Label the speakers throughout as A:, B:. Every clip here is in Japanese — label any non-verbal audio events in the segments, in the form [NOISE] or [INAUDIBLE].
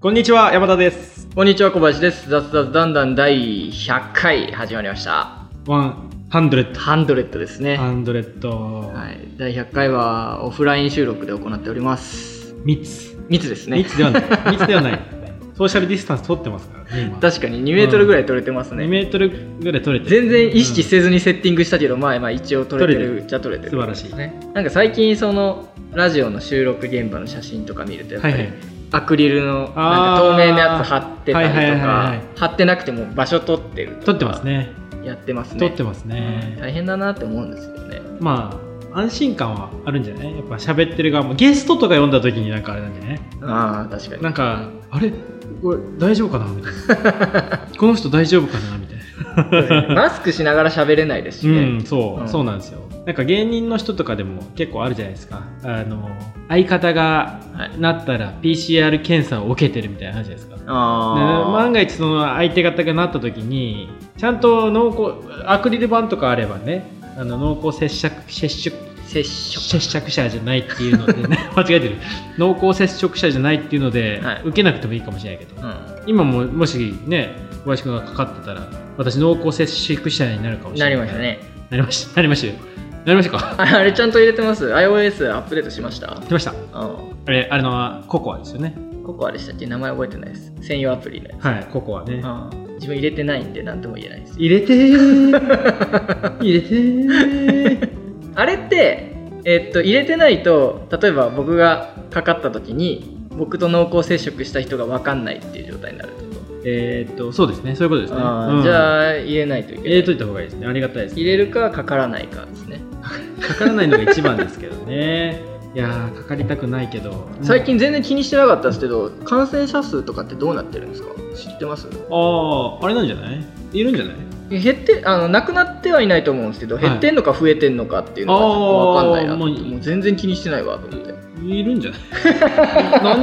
A: こんにちは、山田です。
B: こんにちは、小林です。雑雑だんだん第100回始まりました。
A: ワンハンドレッド。
B: ハンドレッドですね。
A: ハンドレッド。
B: はい、第100回はオフライン収録で行っております。
A: 三つ。
B: 密ですね。
A: 密で
B: [LAUGHS]
A: はない。密ではない。ソーシャルディスタンス取ってますからね。今
B: 確かに2メートルぐらい取れてます
A: 2
B: ね。
A: メートルぐらい取れてる。
B: 全然意識せずにセッティングしたけど、まあまあ一応取れてるじゃ取れて
A: 素晴
B: る。
A: らしいね。
B: なんか最近そのラジオの収録現場の写真とか見るとやっ
A: は
B: ぱ
A: い
B: り、
A: はい。
B: アクリルのなんか
A: あー
B: 透明のやつ貼ってたりと
A: はいはいはいは
B: か
A: い
B: 貼ってなくても場所取ってるとか
A: 取ってますね。
B: やってますね
A: 取ってます
B: うん
A: ね。
B: 大変だなって思うんですよね
A: まあ、安心感はあるんじゃないやっぱ喋ってる側も。ゲストとか読んだ時になんかあれなんじゃない
B: ああ確かに
A: なんか、あれこれ大丈夫かなみたい
B: [LAUGHS]
A: な。この人大丈夫かなみたいな。
B: マスクしながら喋れないですし
A: う
B: ね
A: ん、そう、
B: うん
A: そうなんですよなんか芸人の人とかでも結構あるじゃないですかあの相方が
B: はい
A: なったら PCR 検査を受けてるみたいな話じゃないですかで
B: ああ
A: 万が一その相手方がなった時にちゃんと濃厚アクリル板とかあればねあの濃厚接触接触
B: 接触
A: 接触者じゃないっていうので、ね、
B: [LAUGHS]
A: 間違えてる濃厚接触者じゃないっていうので、
B: はい
A: 受けなくてもいいかもしれないけど、
B: うん
A: 今ももしね小林君がかかってたら私濃厚接触者になるかもしれ
B: な
A: ない
B: りましたね [LAUGHS]
A: なりました。なりましたよ。なりましたか。
B: ああれちゃんと入れてます iOS アップデートしました
A: 出ました。
B: うん
A: あれ、あれの、ココアですよね。
B: ココアでしたっけ名前覚えてないです専用アプリのやつ
A: はい、ココアね。
B: うん自分入れてないんで何とも言えないです
A: 入れてー。 [LAUGHS] 入れてー。
B: あれって、えっと、入れてないと例えば僕がかかった時に僕と濃厚接触した人が分かんないっていう状態になるってこと
A: えーっと、そうですね。そういうことですね。
B: あー
A: うん
B: じゃあ入れないといけな
A: 入
B: い、
A: れといた方がいいですね。ありがたいです、
B: 入れる。かかからないかですね
A: かからないのが一番ですけど [LAUGHS] ね。いやー、かかりたくないけど。
B: 最。近全然気にしてなかったですけど感染者数とかってどうなってるんですか知ってます
A: ああ、あれなんじゃない。いるんじゃない。
B: 減ってあのなくなってはいないと思うんですけど
A: はい
B: 減ってんのか増えてんのかっていうのが
A: あー
B: 分かんないなと
A: もう
B: もう全然気にしてないわと思って
A: いるんじゃない。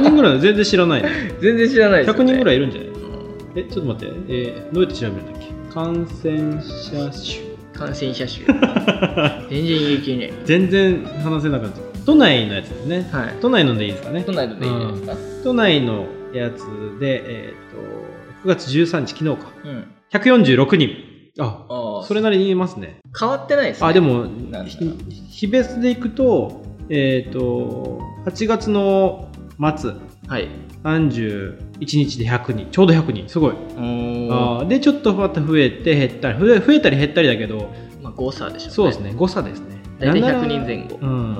A: [LAUGHS] 何人ぐらい、全然知らない。
B: 全然知らないです
A: 百人ぐら
B: い
A: いいるんじゃない。え、ちょっと待って、えーどうやって調べるんだっけ感染者数。
B: 感染者 [LAUGHS] 数全然言い切れない
A: 全然話せなかった。都内のやつですね。
B: はい
A: 都内のでいいですかね
B: 都。内のでいいじゃないですか
A: 都内のやつで、えーっ、と、9月13日、昨日か。
B: うん
A: 146人。あ、
B: ああ
A: それなりに言えますね。
B: 変わってないですね
A: あ、でも
B: なん、だ
A: ひ日別でいくと、えーっ、と、8月の末、
B: はい
A: 31日で100人。ちょうど100人。すごい。
B: あ
A: あーで、ちょっとまた増えて減ったり、増え増えたり減ったりだけど、
B: まあ誤差でしょ
A: そうです
B: ね
A: ね、誤差ですね。
B: 大体
A: なんなら
B: 100人前後
A: うん。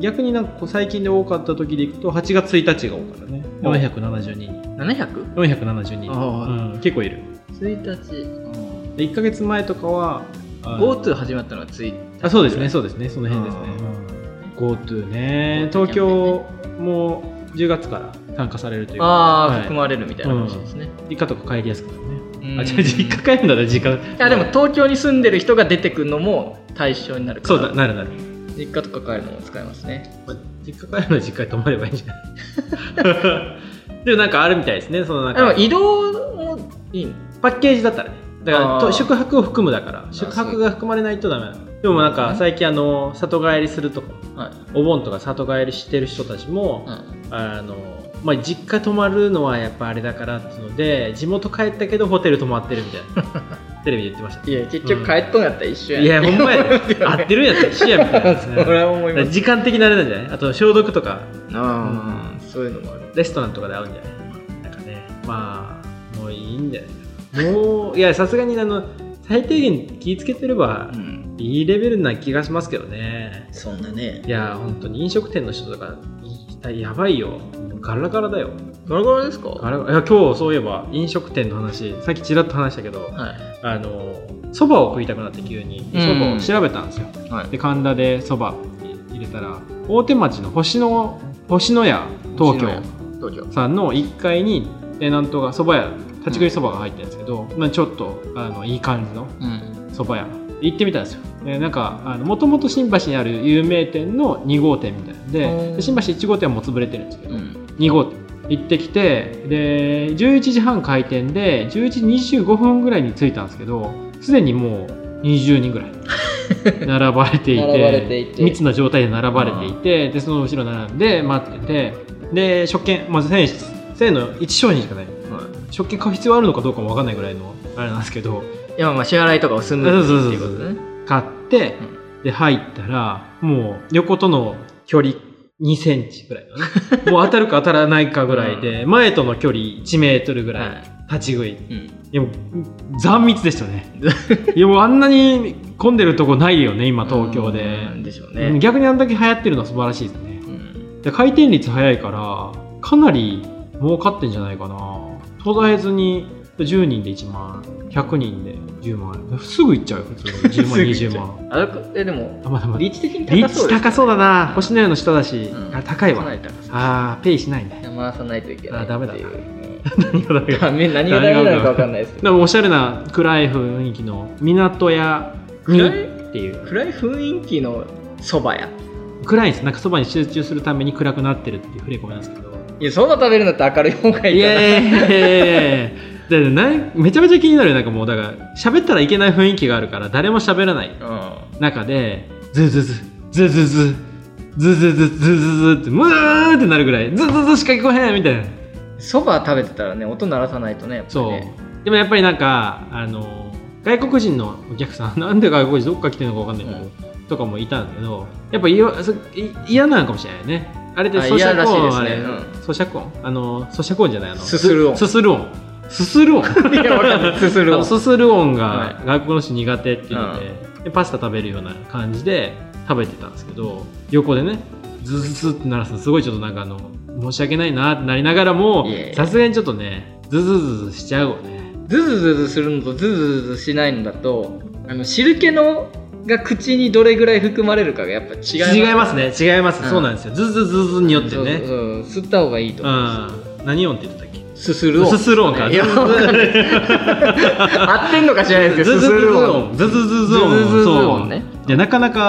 A: 逆になんかこう最近で多かった時でいくと、8月1日が多かったね。
B: お
A: 472人。
B: 700?
A: 472
B: あ
A: 人。うん、結構いる。
B: 1日
A: で、1ヶ月前とかは、あの
B: GoTo 始まったのはツイッター
A: あ、そうですね、そうですね、その辺ですね。
B: う
A: うん GoTo ね、東京も10月から参加されるというか、
B: ああ、
A: はい
B: 含まれるみたいな話ですね、
A: 実家とか帰りやすくなるね。
B: うん
A: あ、じゃあ実家帰るんだら実家。
B: いやでも東京に住んでる人が出てくるのも対象になるか
A: そ
B: ら
A: うだ、なるなる。
B: 実家とか帰るのも使えますね
A: まあ実家からの実家に泊まればいいんじゃない [LAUGHS] でもなんかあるみたいですねそのなん
B: でも
A: か
B: 移動もいいの
A: パッケージだったらねだから
B: あー
A: と宿泊を含むだから
B: そう
A: 宿泊が含まれないとダメなのでもなんか最近あの里帰りするとか
B: はい、
A: お盆とか里帰りしてる人たちも、
B: うん
A: あのまあ、実家泊まるのはやっぱあれだからっていうので地元帰ったけどホテル泊まってるみたい
B: [LAUGHS]
A: なテレビで言ってました
B: いや結局帰っとんやったら一緒
A: い
B: や
A: や
B: ん、
A: ほんまやで合ってるんやったら一緒やみたいな、
B: [LAUGHS] それは思い
A: だから
B: ます
A: 時間的なあれなんじゃないあと消毒とか
B: ああそういうのもある
A: レストランとかで会うんじゃないなんかねまあもういいんじゃないもういやさすがにあの最低限気ぃつけてれば
B: うん
A: いいレベルな気がしますけどね
B: そんなね
A: いや本当に飲食店の人とかいやばいよガラガラだよ
B: ガラガラですか
A: ガラガラいや今日そういえば飲食店の話さっきちらっと話したけど
B: はい
A: あのそばを食いたくなって急に
B: うん
A: そばを調べたんですよ、
B: はい
A: で神田でそば入れたら大手町の星野星野屋東京
B: 東京
A: さんの1階にテナントがそば屋立ち食いそばが入ってるんですけど、まあ、ちょっとあのいい感じの
B: うん
A: そば屋行ってみたんですよでなんかもともと新橋にある有名店の2号店みたいなんで
B: うん
A: で新橋1号店はもう潰れてるんですけど、
B: うん
A: 2号店行ってきてで11時半開店で11時25分ぐらいに着いたんですけどすでにもう20人ぐらい
B: [LAUGHS]
A: 並ばれていて
B: 並ばれていて
A: 密な状態で並ばれていてでその後ろ並んで待っててで食券まず 1000, 円1000円の1商品しかない
B: は
A: 食券買う必要あるのかどうかも分かんないぐらいのあれなんですけど
B: い、いやまあまあ支払いとかを済むっていうことね
A: 買って、で入ったらもう横との距離2センチぐらいのね
B: [LAUGHS]
A: もう当たるか当たらないかぐらいで、前との距離1メートルぐらい、
B: はい
A: 立ち食い
B: うん
A: いやもう残密でしたね
B: [LAUGHS]
A: いやもうあんなに混んでるとこないよね今東京で、
B: うんでしょうね、
A: 逆にあんだけ流行ってるのは素晴らしいですね
B: うん
A: で回転率早いからかなり儲かってんじゃないかな東大ずに10人で1万100人で10万すぐ行っちゃうよ普通に10万
B: [LAUGHS] すぐ行っちゃう
A: 20万
B: あれえでも
A: あまだまだ
B: リーチ的に
A: リー
B: 高
A: チ
B: そうですね
A: 高そうだな星のようの下だし、
B: うん
A: あ高いわ
B: かなり高そう
A: あーペイしないね [LAUGHS]
B: 回さないといけない
A: あダメだな
B: っていう
A: [LAUGHS] 何がだ
B: ダメ何がダメなのか分かんないですけ
A: で
B: ど
A: もおしゃれな暗い雰囲気の港屋に
B: 暗い
A: っていう
B: 暗い雰囲気のそばや
A: 暗いんですなんかそばに集中するために暗くなってるっていう触れ込みなんですけど
B: いやそば食べるんだったら明るい方がい
A: い
B: いかな
A: やいやいやいやだってなんめちゃめちゃ気になるよなんかもうだから喋ったらいけない雰囲気があるから誰も喋らない中でズズズズズズズズズズズズってムーってなるぐらいズズズしか聞こえへんみたいな
B: うんそば食べてたらね音鳴らさないとねやっぱり
A: そう、
B: ね
A: でもやっぱりなんかあの外国人のお客さんなんで外国人どっか来てるのかわかんないけど、
B: うん
A: とかもいたんだけどやっぱいわそい嫌なのかもしれないねあれで
B: あ
A: 咀
B: 嫌
A: 嚼
B: らしいです
A: 音あ
B: ね
A: れ、
B: うん
A: 咀嚼音あの咀嚼音じゃないあの
B: すする音
A: すする音すする音
B: [LAUGHS] いやわかんないすする
A: あの
B: 音
A: すする音
B: は
A: が外国の人苦手っていうので,、でパスタ食べるような感じで食べてたんですけど横でねズズズって鳴らすのすごいちょっとなんかあの申し訳ないなってなりながらも
B: いえいえ
A: さすがにちょっとねズズズズしちゃうよね
B: ズズズズするのとズズズズしないのだとあの汁気のが口にどれぐらい含まれるかがやっぱ違います
A: 違いますね違います、
B: うん
A: そうなんですよズズズズによって
B: そう
A: ね
B: そうそう吸った方がいいと
A: う
B: 思うん
A: 何音って言ってたっけ
B: ですすする音
A: すする音か
B: いやわかんない [LAUGHS] 合ってんのか知らない
A: ズズ
B: ですけどすす
A: ズ
B: る
A: ズ
B: 音
A: 音ズズズズ音
B: ズズズズ音
A: そう
B: ね
A: でなかなか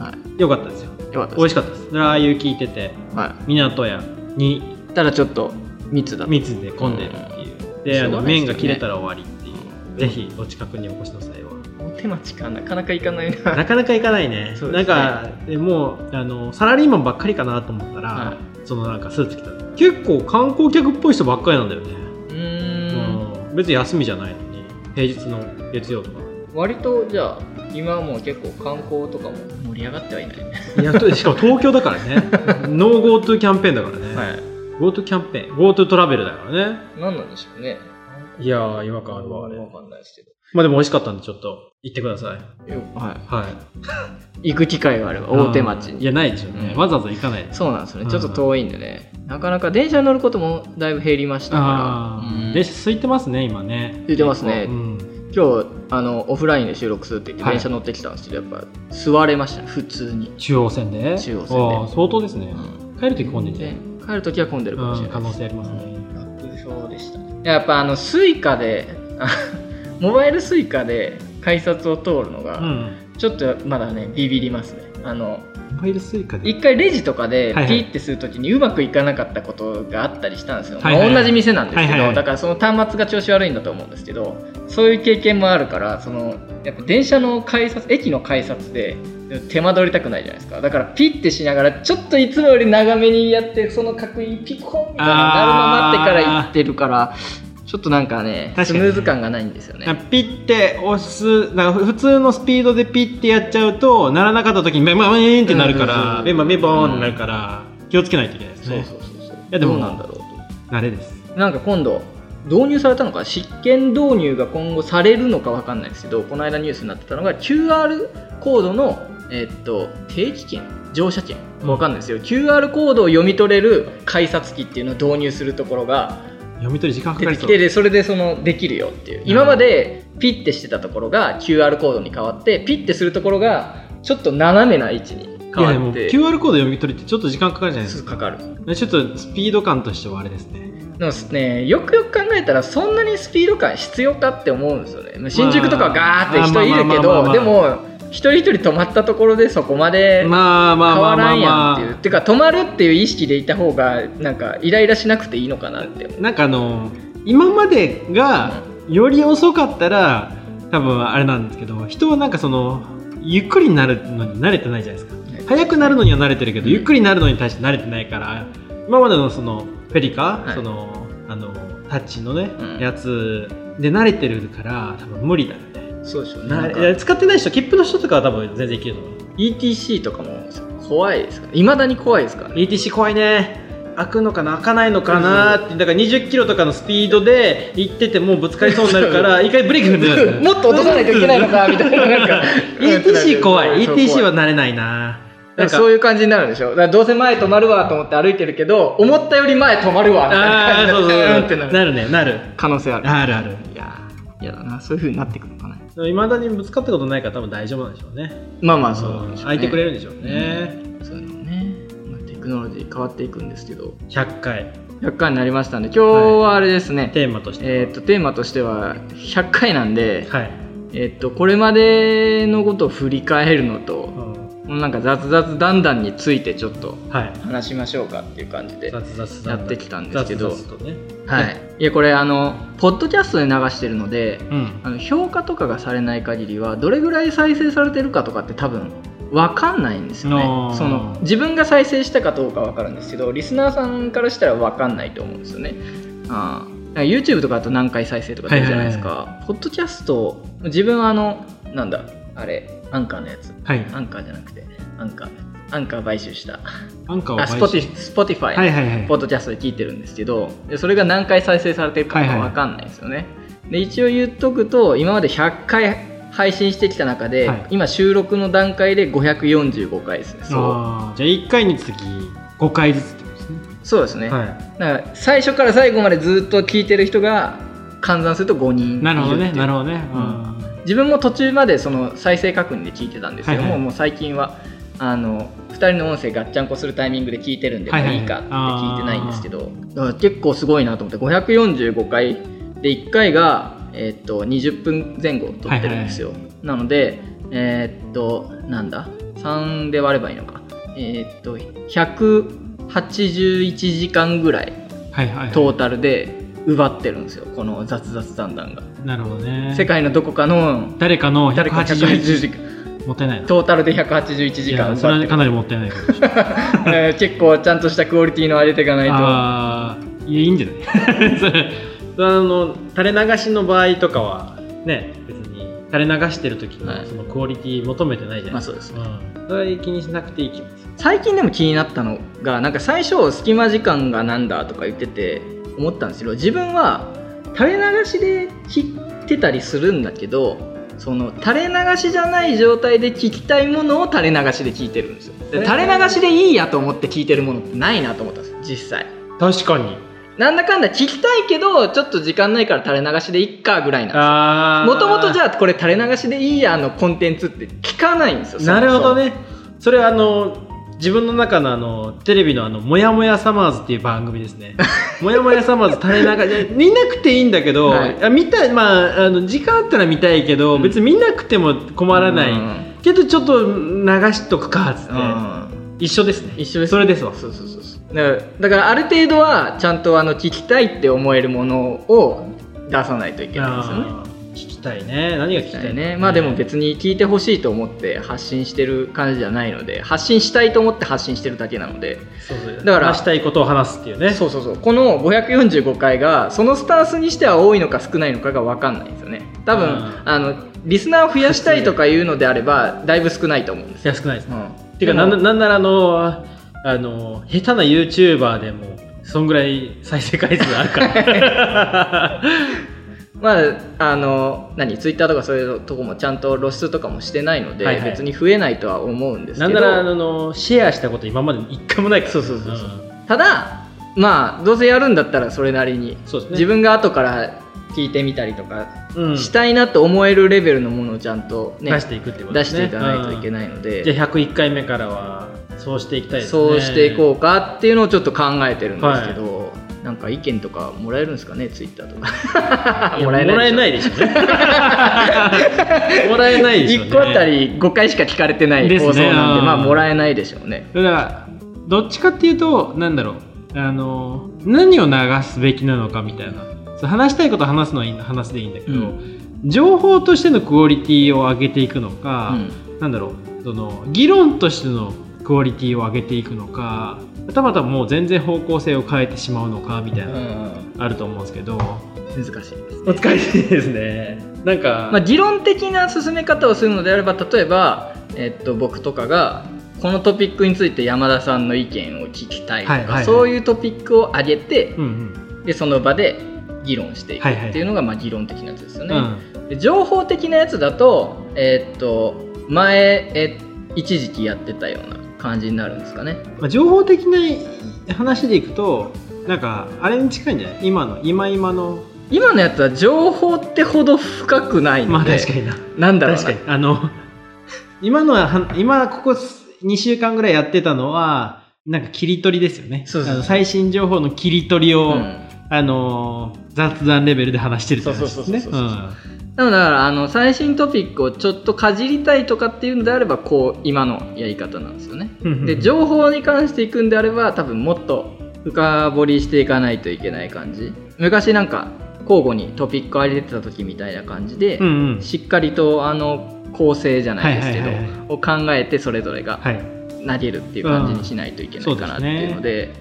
B: は
A: 良かったですよ
B: いよかった
A: 美
B: で
A: 味
B: す
A: しかったですラー油効いてて
B: は
A: 港屋に
B: いただちょっと密だった
A: 密で混んでるっていう、で
B: し
A: あ
B: ょうが
A: の
B: ないです
A: 麺
B: よね
A: が切れたら終わりっていう、ぜひお近くにお越しの際は
B: お手待ちかなかなか行かないな
A: なかなか行かないね
B: そうで
A: な
B: すね
A: んかでもうあのサラリーマンばっかりかなと思ったら、
B: はい
A: そのなんかスーツ着たの結構観光客っぽい人ばっかりなんだよね、
B: うーん
A: うん別に休みじゃないのに平日の月曜と [LAUGHS] か
B: 割とじゃあ今はもう結構観光とかも盛り上がってはいない
A: いやとしかも東京だから [LAUGHS] ねノー GoTo キャンペーンだからね、
B: はい
A: GoTo キャンペーン GoTo トラベルだからね
B: 何なんでしょうね
A: いやー違和感あるわあれ
B: わかんないですけど
A: まあでも美味しかったんでちょっと行ってください
B: は
A: はい
B: い、行く機会があれば大手町
A: いやないでしょうね、
B: うん
A: わざわざ行かないです
B: そうなんですよ
A: うん
B: ねちょっと遠いんでね、なかなか電車に乗ることもだいぶ減りました
A: あ
B: から、
A: あ
B: うん
A: 電車空いてますね今ね
B: 空いてますね
A: うん
B: 今日あのオフラインで収録するって言って
A: はい
B: 電車乗ってきたんですけど、やっぱ座れましたね普通に、
A: 中央線で
B: 中央線で
A: ああ相当です
B: う
A: ね、
B: ん
A: 帰るとき混んでて、
B: で帰るときは混んでるかもし
A: う
B: れ
A: ん
B: ない
A: 可能性あります
B: う
A: ね
B: ん楽勝でしたねやっぱあのスイカであモバイルスイカで改札を通るの
A: う
B: が、
A: ん
B: ちょっとまだねビビりますねあの
A: モバイルスイカで
B: 一回レジとかで
A: はいはい
B: ピってするときにうまくいかなかったことがあったりしたんですよ、
A: はいはいはい
B: まあ同じ店なんですけど、
A: はいはいはい
B: だからその端末が調子悪いんだと思うんですけどそういう経験もあるからそのやっぱ電車の改札駅の改札で手間取りたくないじゃないですかだからピッてしながらちょっといつもより長めにやってその確認ピコンみたいな
A: あー
B: なるの待ってから行ってるからちょっとなんか
A: 確
B: ね
A: かに
B: スムーズ感がないんですよね
A: なんかピッて押すなんか普通のスピードでピッてやっちゃうとならなかったときにメンバーンってなるから
B: うん
A: メンバーメンバーンってなるから気をつけないといけないです
B: そう
A: ね
B: そうそうそう
A: やでも
B: どうなんだろうと
A: 慣れです
B: なんか今度導入されたのか執権導入が今後されるのかわかんないですけどこの間ニュースになってたのが QR コードの、えっと定期券乗車券
A: うん
B: わかんないですよ QR コードを読み取れる改札機っていうのを導入するところが
A: 読み取り時間か
B: 出
A: かり
B: て
A: そ
B: き
A: う
B: てでそれでそのできるよっていう今までピッてしてたところが QR コードに変わってピッてするところがちょっと斜めな位置に
A: い
B: 変
A: やで
B: わ
A: も
B: って。
A: QR コード読み取りってちょっと時間かかるじゃないですす
B: ぐか
A: か
B: かる
A: ねちょっとスピード感としてはあれですね
B: なんかね、よくよく考えたらそんなにスピード感必要かって思うんですよねまあ新宿とかはガーって人いるけ
A: まあま
B: ど
A: あ
B: でも一人一人止まったところでそこまで変
A: まあまあま
B: わ
A: あ
B: ら
A: まあ
B: んやんっていう、
A: ま
B: てか止まるっていう意識でいた方がなんかイライラしなくていいのかなって思
A: あなんかあの今までがより遅かったら多分あれなんですけど人はなんかそのゆっくりになるのに慣れてないじゃないですか
B: う
A: 早くなるのには慣れてるけど、
B: うん
A: ゆっくりになるのに対して慣れてないから今までのそのフェリカ、
B: はい
A: そのあのタッチのね、
B: うん
A: やつで慣れてるから多分無理だよね
B: そうでしょうね
A: な
B: なん
A: い
B: か
A: や使ってない人切符の人とかは多分全然いけると思う
B: ETC とかも怖いですかいまだに怖いですからね
A: ETC 怖いね開くのかな開かないのかなってだから20キロとかのスピードで行っててもうぶつかりそうになるから一回ブレーキ踏んでるんだ [LAUGHS] よね
B: [LAUGHS] もっと落とさないといけないのかみたいななんか
A: ETC 怖い
B: そうそう
A: ETC は慣れないなな
B: な
A: んん
B: か
A: か
B: そういう感じになるんでしょだからどうせ前止まるわと思って歩いてるけど思ったより前止まるわみたいな
A: あ
B: 感
A: あ
B: じ
A: そうそう
B: で
A: そう
B: うんってなる
A: なるねなる
B: 可能性ある
A: あるある
B: いやー嫌だなそういう風になってくるのかない
A: まだにぶつかったことないから多分大丈夫なんでしょうね
B: まあまあ
A: う
B: そうで
A: ん
B: しょうね
A: 開いてくれるんでしょうね、
B: そういうのね、まあ、テクノロジー変わっていくんですけど
A: 100回
B: 100回になりましたんで今日はあれですね、
A: テーマとして、
B: えーっとテーマとしては100回なんで、
A: はい、
B: えーっとこれまでのことを振り返るのと、
A: うん
B: もうなんか雑雑談談についてちょっと
A: はい
B: 話しましょうかっていう感じで
A: 雑雑
B: やってきたんですけど
A: 雑雑とね
B: はい、いやこれあのポッドキャストで流してるので
A: うん
B: あの評価とかがされない限りはどれぐらい再生されてるかとかって多分分かんないんです
A: あ
B: よね
A: ー
B: その自分が再生したかどうか分かるんですけどリスナーさんからしたら分かんないと思うんですよねあーだから YouTube とかだと何回再生とか出るじゃないですか、ポッドキャスト自分はあのなんだあれアンカーのやつ
A: はい
B: アンカーじゃなくてアンカーアンカー買収した
A: アンカー
B: あ
A: は
B: ス
A: 買
B: ポ
A: 収
B: ティスポティファイ
A: はいはいはい
B: ポッドキャストで聞いてるんですけどでそれが何回再生されてるか
A: はいはい
B: わかんないんですよね、で一応言っとくと今まで100回配信してきた中で、
A: はい
B: 今収録の段階で545回ですねそう
A: あーじゃあ1回につき5回ずつってことですね
B: そうですね、
A: は
B: だから最初から最後までずっと聞いてる人が換算すると5人いる
A: い
B: ってい
A: うなるほどねなるほどね
B: う
A: うんん
B: 自分も途中までその再生確認で聞いてたんですけども、
A: はいはい
B: もう最近はあの2人の音声ガッチャンコするタイミングで聞いてるんで、
A: はいはいはい
B: もういいかって聞いてないんですけどだから結構すごいなと思って545回で1回が、えーっと20分前後撮ってるんですよ、なのでえーっとなんだ3で割ればいいのかえーっと181時間ぐらい
A: はいはい
B: ト
A: は
B: ータルで奪ってるんですよこの雑雑談談が、
A: いなるほどね
B: 世界のどこかの
A: 誰かの
B: 誰か
A: 180
B: 180時間
A: 持ってないな
B: [LAUGHS] トータルで181時
A: い
B: 間
A: やそれはか
B: 奪
A: なり持ってないことでしょ
B: ってるえー結構ちゃんとしたクオリティの上げていかないと
A: ああいやいいんじゃない [LAUGHS] それあの垂れ流しの場合とかはね別に垂れ流してる時
B: は
A: の
B: い
A: そのクオリティ求めてないじゃ
B: ま
A: な
B: あ
A: いです
B: そうです
A: か、うんそれは気にしなくていい気もする
B: 最近でも気になったのがなんか最初隙間時間がなんだとか言ってて思ったんですけど自分は垂れ流しで聞いてたりするんだけどその垂れ流しじゃない状態で聞きたいものを垂れ流しで聞いてるんですよで垂れ流しでいいやと思って聞いてるものってないなと思ったんです実際
A: 確かに
B: なんだかんだ聞きたいけどちょっと時間ないから垂れ流しでいっかぐらいなんですよ
A: ああ
B: もともとじ
A: ゃ
B: ゃあこれ垂れ流しでいいやのコンテンツって聞かないんですよ
A: なるほどねそれあの自分の中のあのテレビのあの「もやもやサマーズ」っていう番組です
B: [LAUGHS]
A: ね「もやもやサマーズ」垂れ流し見なくていいんだけど、
B: はい
A: あ見たいまああの時間あったら見たいけど、
B: うん
A: 別に見なくても困らない、
B: うん
A: けどちょっと流しとくかっつって、
B: うん
A: 一緒ですね
B: 一緒です
A: それですわ
B: そうそうそうそうだからだからある程度はちゃんとあの聞きたいって思えるものを出さないといけないんですよね
A: あー聞きたいね何が聞きた
B: だよ
A: い
B: ねまあでも別に聞いてほしいと思って発信してる感じじゃないので発信したいと思って発信してるだけなので
A: そうそう
B: だから
A: 話したいことを話すっていうね
B: そうそうそうこの545回がそのスタンスにしては多いのか少ないのかが分かんないんですよね多分、
A: うん
B: あのリスナーを増やしたいとかいうのであればだいぶ少ないと思うんですよ、
A: 安くないです
B: う
A: ね、
B: ん、
A: ていうかなんなんならあのあの下手な YouTuber でもそんぐらい再生回数あるから [LAUGHS]
B: まああの何ツイッターとかそういうとこもちゃんと露出とかもしてないので、
A: はいはい
B: 別に増えないとは思うんです
A: な
B: け
A: ん
B: ど
A: ならあのシェアしたこと今まで一回もないから
B: そうそうそうそうんただまあどうせやるんだったらそれなりに、
A: そうですね
B: 自分が後から聞いてみたりとか
A: うん
B: したいなと思えるレベルのものをちゃんと、ね
A: 出していくってこと
B: 出
A: で
B: し
A: すね
B: ていかないといけないので、
A: うんじゃあ101回目からはそうしていきたいですね
B: そうしていこうかっていうのをちょっと考えてるんですけど、なんか意見とかもらえるんですかねツイッターとか
A: [LAUGHS] いやもらえ
B: い
A: ないでしょうねもらえないでしょうね
B: 1個あたり5回しか聞かれてない
A: ですね
B: 放送なんで
A: うん
B: まあもらえないでしょうね
A: だからどっちかっていうとなんだろうあの何を流すべきなのかみたいなそう話したいこと話すのはいい話でいいんだけど、
B: うん
A: 情報としてのクオリティを上げていくの
B: う
A: か、
B: ん
A: なんだろうその議論としてのクオリティを上げていくのかたまたまもう全然方向性を変えてしまうのかみたいうな、
B: ん
A: あると思うんですけど
B: 難しいですね
A: 難しいですねなんか、
B: まあ、理論的な進め方をするのであれば例えば、えっと、僕とかがこのトピックについて山田さんの意見を聞きたいとか、
A: はいはいはい
B: そういうトピックを上げて
A: う、んうん
B: でその場で議論していく
A: はいはい
B: っていうのが、まあ、議論的なやつですよ
A: う
B: ね。
A: ん
B: で情報的なやつだと,、えっと前え一時期やってたような感じになるんですかね。
A: まあ、情報的な話でいくとなんかあれに近いんじゃない今の今今の
B: 今のやつは情報ってほど深くない
A: ま
B: の
A: あ
B: で、
A: 確かにな
B: なんだろうな
A: 確かにあの今のは今ここ2週間ぐらいやってたのはなんか切り取りですよね
B: そうそうそう
A: あの最新情報の切り取りを、あのー雑談レベルで話してるって話ですね
B: そううんそうそう
A: は
B: そうなのでだからあの最新トピックをちょっとかじりたいとかっていうんであればこう今のやり方なんですよね。
A: うんうんうん
B: で情報に関していくんであれば多分もっと深掘りしていかないといけない感じ昔なんか交互にトピックを上げてた時みたいな感じで、
A: うんうん
B: しっかりとあの構成じゃないですけど、
A: はいはいはいは
B: を考えてそれぞれが
A: い
B: 投げるっていう感じにしないといけないかなっていうので,、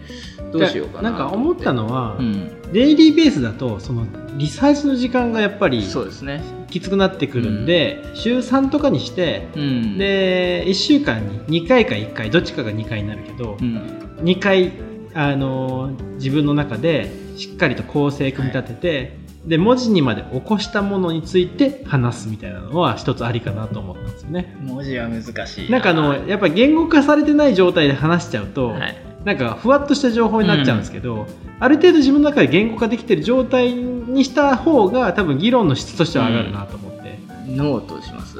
B: どうしようかな
A: なんか思った
B: の
A: のは、
B: うん、
A: デイリーベースだとそのリサーチの時間がやっぱり
B: そうですね、
A: きつくなってくるんで、週3とかにして
B: うん、、
A: で1週間に2回か1回どっちかが2回になるけど、
B: うん、
A: 2回、あのー自分の中でしっかりと構成組み立てて、で文字にまで起こしたものについて話すみたいなのは一つありかなと思ったんですよね。
B: 文字は難しい
A: なんかあのやっぱ言語化されてない状態で話しちゃうと、
B: はい
A: なんかふわっとした情報になっちゃうんですけど、ある程度自分の中で言語化できてる状態にした方が多分議論の質としては上がるなと思って、
B: ノートします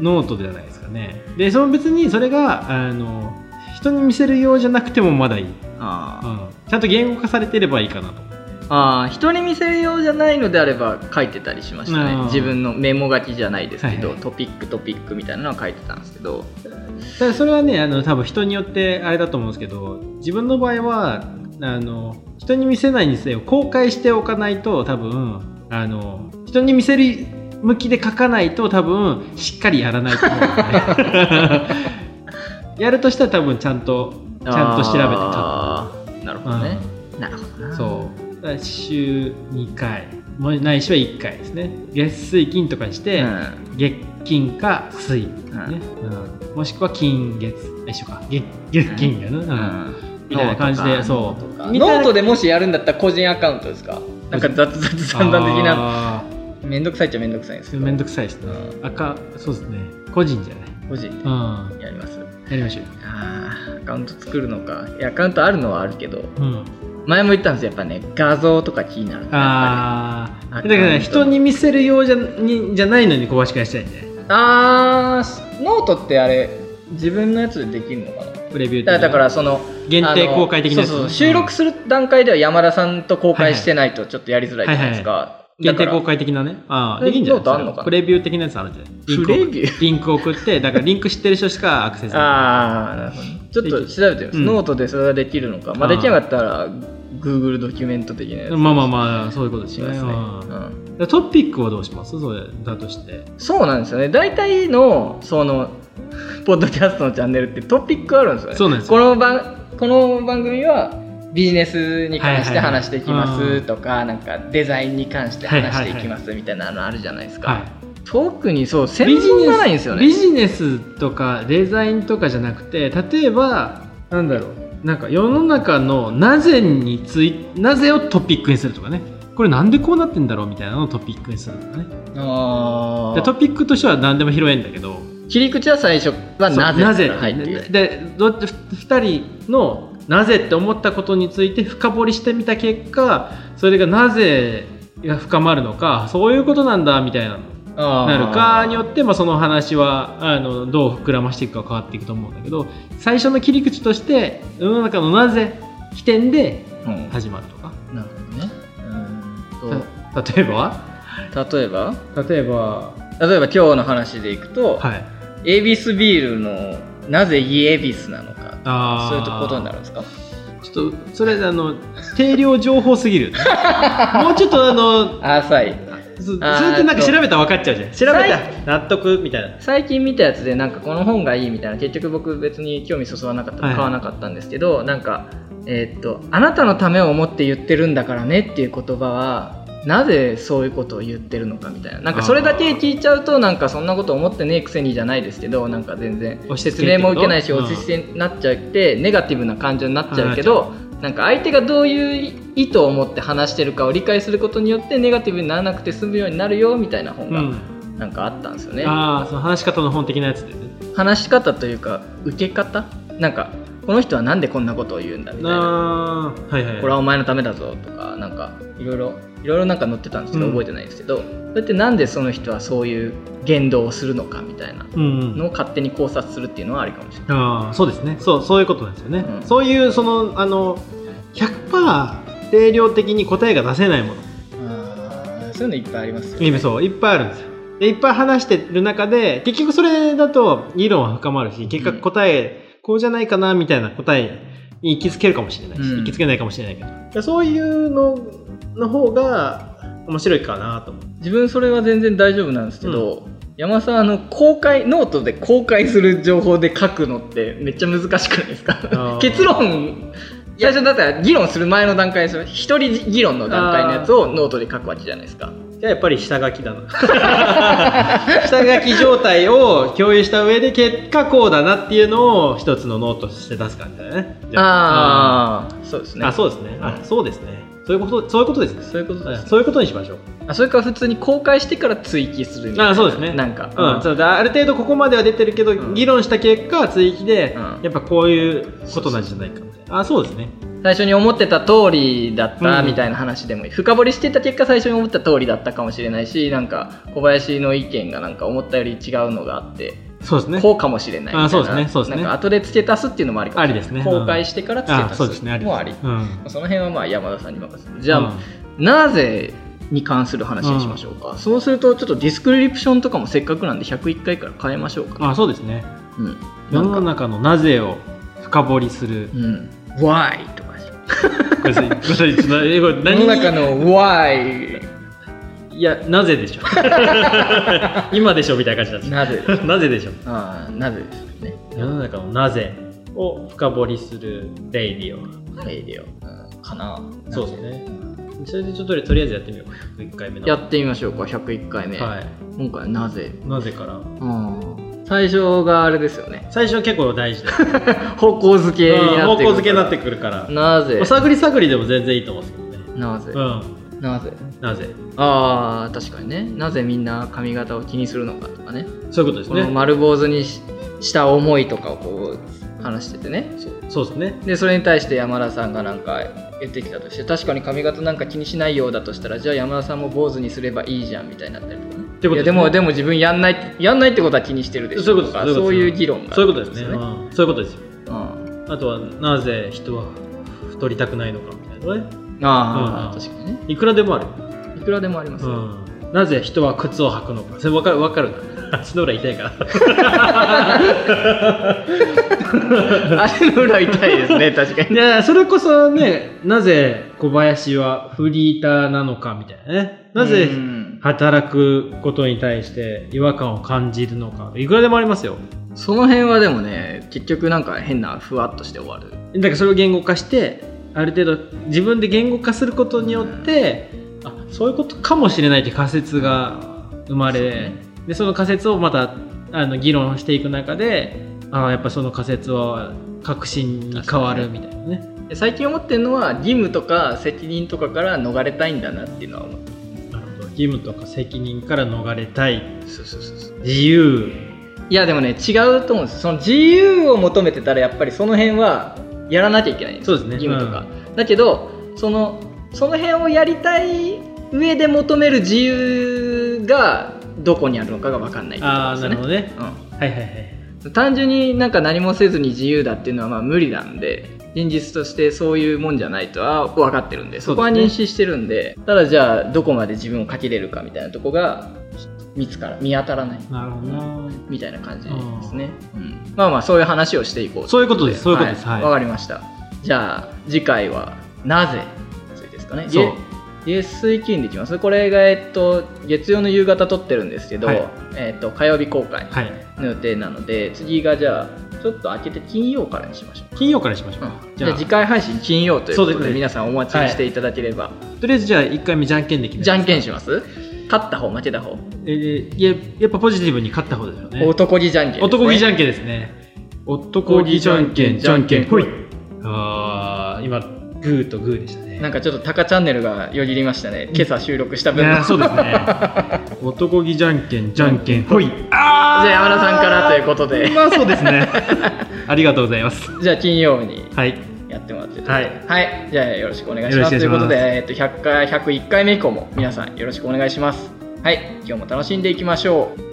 A: ノートじゃないですかねでその別にそれがあの人に見せるようじゃなくてもまだいい、うん、
B: あ
A: ちゃんと言語化されてればいいかなと
B: ーあー人に見せるようじゃないのであれば書いてたりしました
A: あー
B: ね自分のメモ書きじゃないですけど、
A: はいはい
B: トピックトピックみたいなのは書いてたんですけど
A: ただそれはねあの多分人によってあれだと思うんですけど自分の場合はあの人に見せないにせよ公開しておかないと多分あの人に見せる向きで書かないと多分しっかりやらないと思うのでやるとしたら多分ちゃんとちゃんと調べて書く
B: べて書くなるほどね、なるほど
A: うん
B: な
A: そうだから週2回もうないしは1回ですね月水金とかにして、
B: うん
A: 月金か水、ね
B: ん
A: うんもしくは金月一緒か月月金やな、
B: う
A: うん
B: ん
A: みたいな感じでそ
B: ノートか
A: うみたいな
B: ノートでもしやるんだったら個人アカウントですかなんか雑雑散々的な
A: な
B: めんどくさいっちゃめんどくさいんですけど
A: めんどくさいですね
B: う
A: 赤そうですね個人じゃ
B: 個人で
A: ない
B: やりま
A: う
B: す
A: んやりましょう
B: あーアカウント作るのかいやアカウントあるのはあるけど
A: うん、
B: 前も言ったんですよやっぱね画像とか気になるんだやっ
A: ああだ
B: やっ
A: か
B: ぱり
A: ら人に見せるようじゃにじゃないのに小林化したいね
B: ぱりあーノートってあれ自分のやつでできるのかな
A: プレビュー
B: だだからその
A: 限定公開的な
B: あ
A: や
B: の
A: つ
B: そうそう収録する段階では山田さんと公開してないとちょっとやりづらいじゃないですか、
A: 限定公
B: 開
A: 開的なねああ
B: え
A: できんじゃない
B: ノートあんのかな
A: プレビュー的なやつあるんじゃないリン
B: プ
A: ク
B: レビュー
A: リンク送ってだからリンク知ってる人しかアクセスできない
B: [LAUGHS] ああなるほどちょっと調べてみます、
A: うん
B: ノートでそれができるのかまあ
A: あー
B: できなかったら Google ドキュメント的なやつ
A: まあまあまあそういうことです
B: し
A: ね
B: ますね、
A: うん
B: うん
A: トピックはどうしますそれだとして
B: そうなんですよね大体のそのポッドキャストのチャンネルってトピックあるんですよね
A: そうなんですよ
B: この番この番組はビジネスに関して話していきま
A: はいはいはい
B: すとか、なんかデザインに関して話していきますみたいなのあるじゃないですか、特にそう専門がないんですよね
A: ビジネスとかデザインとかじゃなくて例えばなんだろうなんか世の中のなぜについなぜをトピックにするとかねこれなんでこうなってんだろうみたいなのをトピックにするとかね
B: あ
A: で
B: ー
A: トピックとしては何でも拾えんだけど
B: 切り口は最初は
A: そう
B: なぜ
A: なぜ
B: から入っている
A: でどっち2人のなぜって思ったことについて深掘りしてみた結果それがなぜが深まるのかそういうことなんだみたいなの
B: あー
A: なるかによって、まあ、その話はあのどう膨らましていくか変わっていくと思うんだけど最初の切り口として世の中のなぜ起点で
B: うん
A: 始まるとか
B: なるほどね
A: た例えば
B: うん例えば
A: 例えば
B: 例えば今日の話でいくと、
A: はい
B: エビスビールのなぜイエビスなのか
A: あ
B: そういう
A: ー
B: ことになるんですか
A: ちょっ
B: [LAUGHS]
A: とそれあの定量情報すぎるもうちょっとあの
B: 浅い
A: そうそ
B: あー
A: れってなんか調べたら分かっちゃうじゃん調べ
B: は
A: た納得みたいな
B: 最近見たやつでなんかこの本がいいみたいな結局僕別に興味そそわなかった
A: はい
B: 買わなかったんですけど、なんか、えーっと「あなたのためを思って言ってるんだからね」っていう言葉はなぜそういうことを言ってるのかみたいななんかそれだけ聞いちゃうとなんかそんなこと思ってねえくせにじゃないですけどなんか全然
A: 押し
B: 説明も受けないし
A: うん
B: 落ち着きになっちゃってネガティブな感情になっちゃうけどなんか相手がどういう意図を持って話してるかを理解することによってネガティブにならなくて済むようになるよみたいな本
A: う
B: が
A: ん
B: なんかあったんですよね。
A: ああその話し方の本的なやつでね
B: 話し方というか受け方なんかこの人はなんでこんなことを言うんだみたいな
A: あーはいはいはい
B: これはお前のためだぞとかなんかいろいろいろいろなんか載ってたんですけど、
A: うん
B: 覚えてないですけどそうやってなんでその人はそういう言動をするのかみたいな
A: うんうん
B: のを勝手に考察するっていうのはありかもしれない。
A: ああそうですねそうそういうことなんですよね、
B: うん
A: そういうそのあの100%定量的に答えが出せないもの
B: そういうのいっぱいありますよ、
A: 今そういっぱいあるんですよでいっぱい話してる中で結局それだと議論は深まるし結果
B: うん
A: 答えこうじゃないかなみたいな答えに行きつけるかもしれないし、
B: うん
A: 行きつけないかもしれないけどでそういうのの方が面白いかなと思う
B: 自分それは全然大丈夫なんですけど、山田さんあの公開ノートで公開する情報で書くのってめっちゃ難しくないです
A: あー
B: か [LAUGHS] 結論最初だったら議論する前の段階ですよ一人議論の段階のやつをノートで書くわけじゃないですか
A: じゃあやっぱり下書き
B: [LAUGHS]
A: だな下書き状態を共有した上で結果こうだなっていうのを一つのノートとして出す感じだよねじゃあ
B: ああーそうです
A: うん
B: ね
A: あそうですねあそうですねそういうことそういうことですね
B: そういうことです
A: あそういうことにしましょう
B: あそれから普通に公開してから追記するみたいな
A: あそうですね
B: なんか、
A: うん、そうだある程度ここまでは出てるけど、
B: うん
A: 議論した結果追記で、
B: うん
A: やっぱこういうことなんじゃないかみたいなあそうですね
B: 最初に思ってた通りだっ
A: う
B: た
A: ん
B: みたいな話でもいい、深掘りしてた結果最初に思った通りだったかもしれないしなんか小林の意見がなんか思ったより違うのがあって、
A: そうですね
B: こうかもしれないみたいな
A: あそうですねそうですね
B: なんか後で付け足すっていうのもありかもしれない
A: ありですね
B: 公開してから付け
A: あ
B: 足
A: そうです
B: す
A: ねありです
B: もあり
A: うん
B: その辺はまあ山田さんに任せるじゃあ、
A: うん
B: なぜに関する話にしましょうか、そうするとちょっとディスクリプションとかもせっかくなんで101回から変えましょうか、
A: あそうですね
B: うん
A: 世
B: なん
A: の
B: か
A: 中のなぜを深掘りする
B: うん Why とか
A: これこれちょっと [LAUGHS] えこれ
B: 世
A: 何
B: の中の Why
A: いやなぜでしょう [LAUGHS] 今でしょみたいな感じなんですよ
B: なぜ
A: なぜでしょう
B: ああ、なぜですよね。
A: 世の中のなぜを深掘りするレイディオ
B: レイディオうんかな。
A: そうですねそれでちょっととりあえずやってみようか101回目の
B: やってみましょうか、101回目。
A: はい
B: 今回はなぜ。
A: なぜから
B: うん最初があれですよね。
A: 最初は結構大事だ
B: 方向づけに
A: うん
B: な
A: 方
B: っ
A: 向づ
B: てくるから。
A: けになってくるから、
B: なぜ
A: まあ探り探りでも全然いいと思うんですけどね
B: なぜ
A: う
B: なぜ
A: んなぜ
B: ああ、確かにね。なぜみんな髪型を気にするのかとかね。
A: そういうことです
B: この
A: ね、
B: 丸坊主にしした思いとかをこう話しててね。
A: そうですね
B: でそれに対して山田さんがなんか言ってきたとして確かに髪型なんか気にしないようだとしたらじゃあ山田さんも坊主にすればいいじゃんみたいになったりとかね
A: てこと
B: いや
A: です
B: で
A: ね
B: もでも自分やんないやんないってことは気にしてるでしょ
A: そういうこと
B: か
A: です
B: そういう議論が
A: そういうことですね、
B: あ
A: うんそういうことですよ
B: るんですよね
A: あとはなぜ人は太りたくないのかみたいなね
B: うんああ、
A: うん
B: 確かにね
A: いくらでもある
B: いくらでもありますよ、 [LAUGHS]
A: うんなぜ人は靴を履くのかそれ分かる分かるな [LAUGHS] 足の裏痛いから
B: 足の裏痛いで
A: [LAUGHS]
B: すね確かに
A: いやそれこそねなぜ小林はフリーターなのかみたいなねなぜ
B: うん
A: 働くことに対して違和感を感じるのかいくらでもありますよ
B: その辺はでもね結局なんか変なふわっとして終わる
A: だからそれを言語化してある程度自分で言語化することによってあそういうことかもしれないって仮説が生ま
B: そう
A: れ
B: ね
A: でその仮説をまたあの議論していく中であやっぱその仮説は確信に変わるみたいなね
B: で最近思ってるのは義務とか責任とかから逃れたいんだなっていうのは思って
A: なるほど義務とか責任から逃れたい
B: そうそうそうそう
A: 自由
B: いやでもね違うと思うんですその自由を求めてたらやっぱりその辺はやらなきゃいけないん
A: そうですね
B: 義務とか、だけどそのその辺をやりたい上で求める自由がどこにあるのかが分かんないって
A: ああ
B: こと
A: な
B: で
A: るほ
B: すよね
A: どねはいはいはい
B: うん、単純になんか何もせずに自由だっていうのはまあ無理なんで現実としてそういうもんじゃないとは分かってるんでそこは
A: そうで
B: 認
A: す
B: 識してるんでただじゃあどこまで自分をかけれるかみたいなとこが見つから見当たらない
A: なるほどな
B: みたいな感じですね、うんまあまあそういう話をしていこう
A: そういうことですそういうことです
B: は
A: はい
B: わかりましたじゃあ次回はなぜについてですかね
A: そう
B: げ月水金でいきますこれが、えっと、月曜の夕方撮ってるんですけど、
A: はい
B: えっと、火曜日公開
A: はい
B: の予定なので次がじゃあちょっと明けて金曜からにしましょう
A: 金曜からにしましょう、
B: うんじ
A: じ
B: ゃ
A: ゃ
B: あ
A: あ
B: 次回配信金曜ということ
A: そう
B: で
A: ですね
B: 皆さんお待ちにしていただければ、
A: とりあえずじゃあ1回目じゃんけんで決め
B: じゃんけ
A: ん
B: んします勝った方負けた方、
A: えーいややっぱポジティブに勝った方ですよね
B: 男気じゃんけんですね、
A: 男気じゃ
B: ん
A: んけんですね男気じゃんけんじゃんけんほいあー今グーとグーでしたね
B: なんかちょっとタカチャンネルがよぎりましたね今朝収録した
A: い
B: 分の
A: やーそうですね男気じゃんけんじゃんけんほいあー
B: [LAUGHS] じゃあ山田さんからということで
A: まあそうです
B: [LAUGHS]
A: ねありがとうございます
B: じゃあ金曜日に
A: はい
B: やってもらって
A: はい
B: はい、じゃあよろしくお願いしますと
A: よろし
B: い
A: く
B: う
A: お願
B: こと
A: いします
B: で、えっと、100回101回目以降も皆さんよろしくお願いしますはい今日も楽しんでいきましょう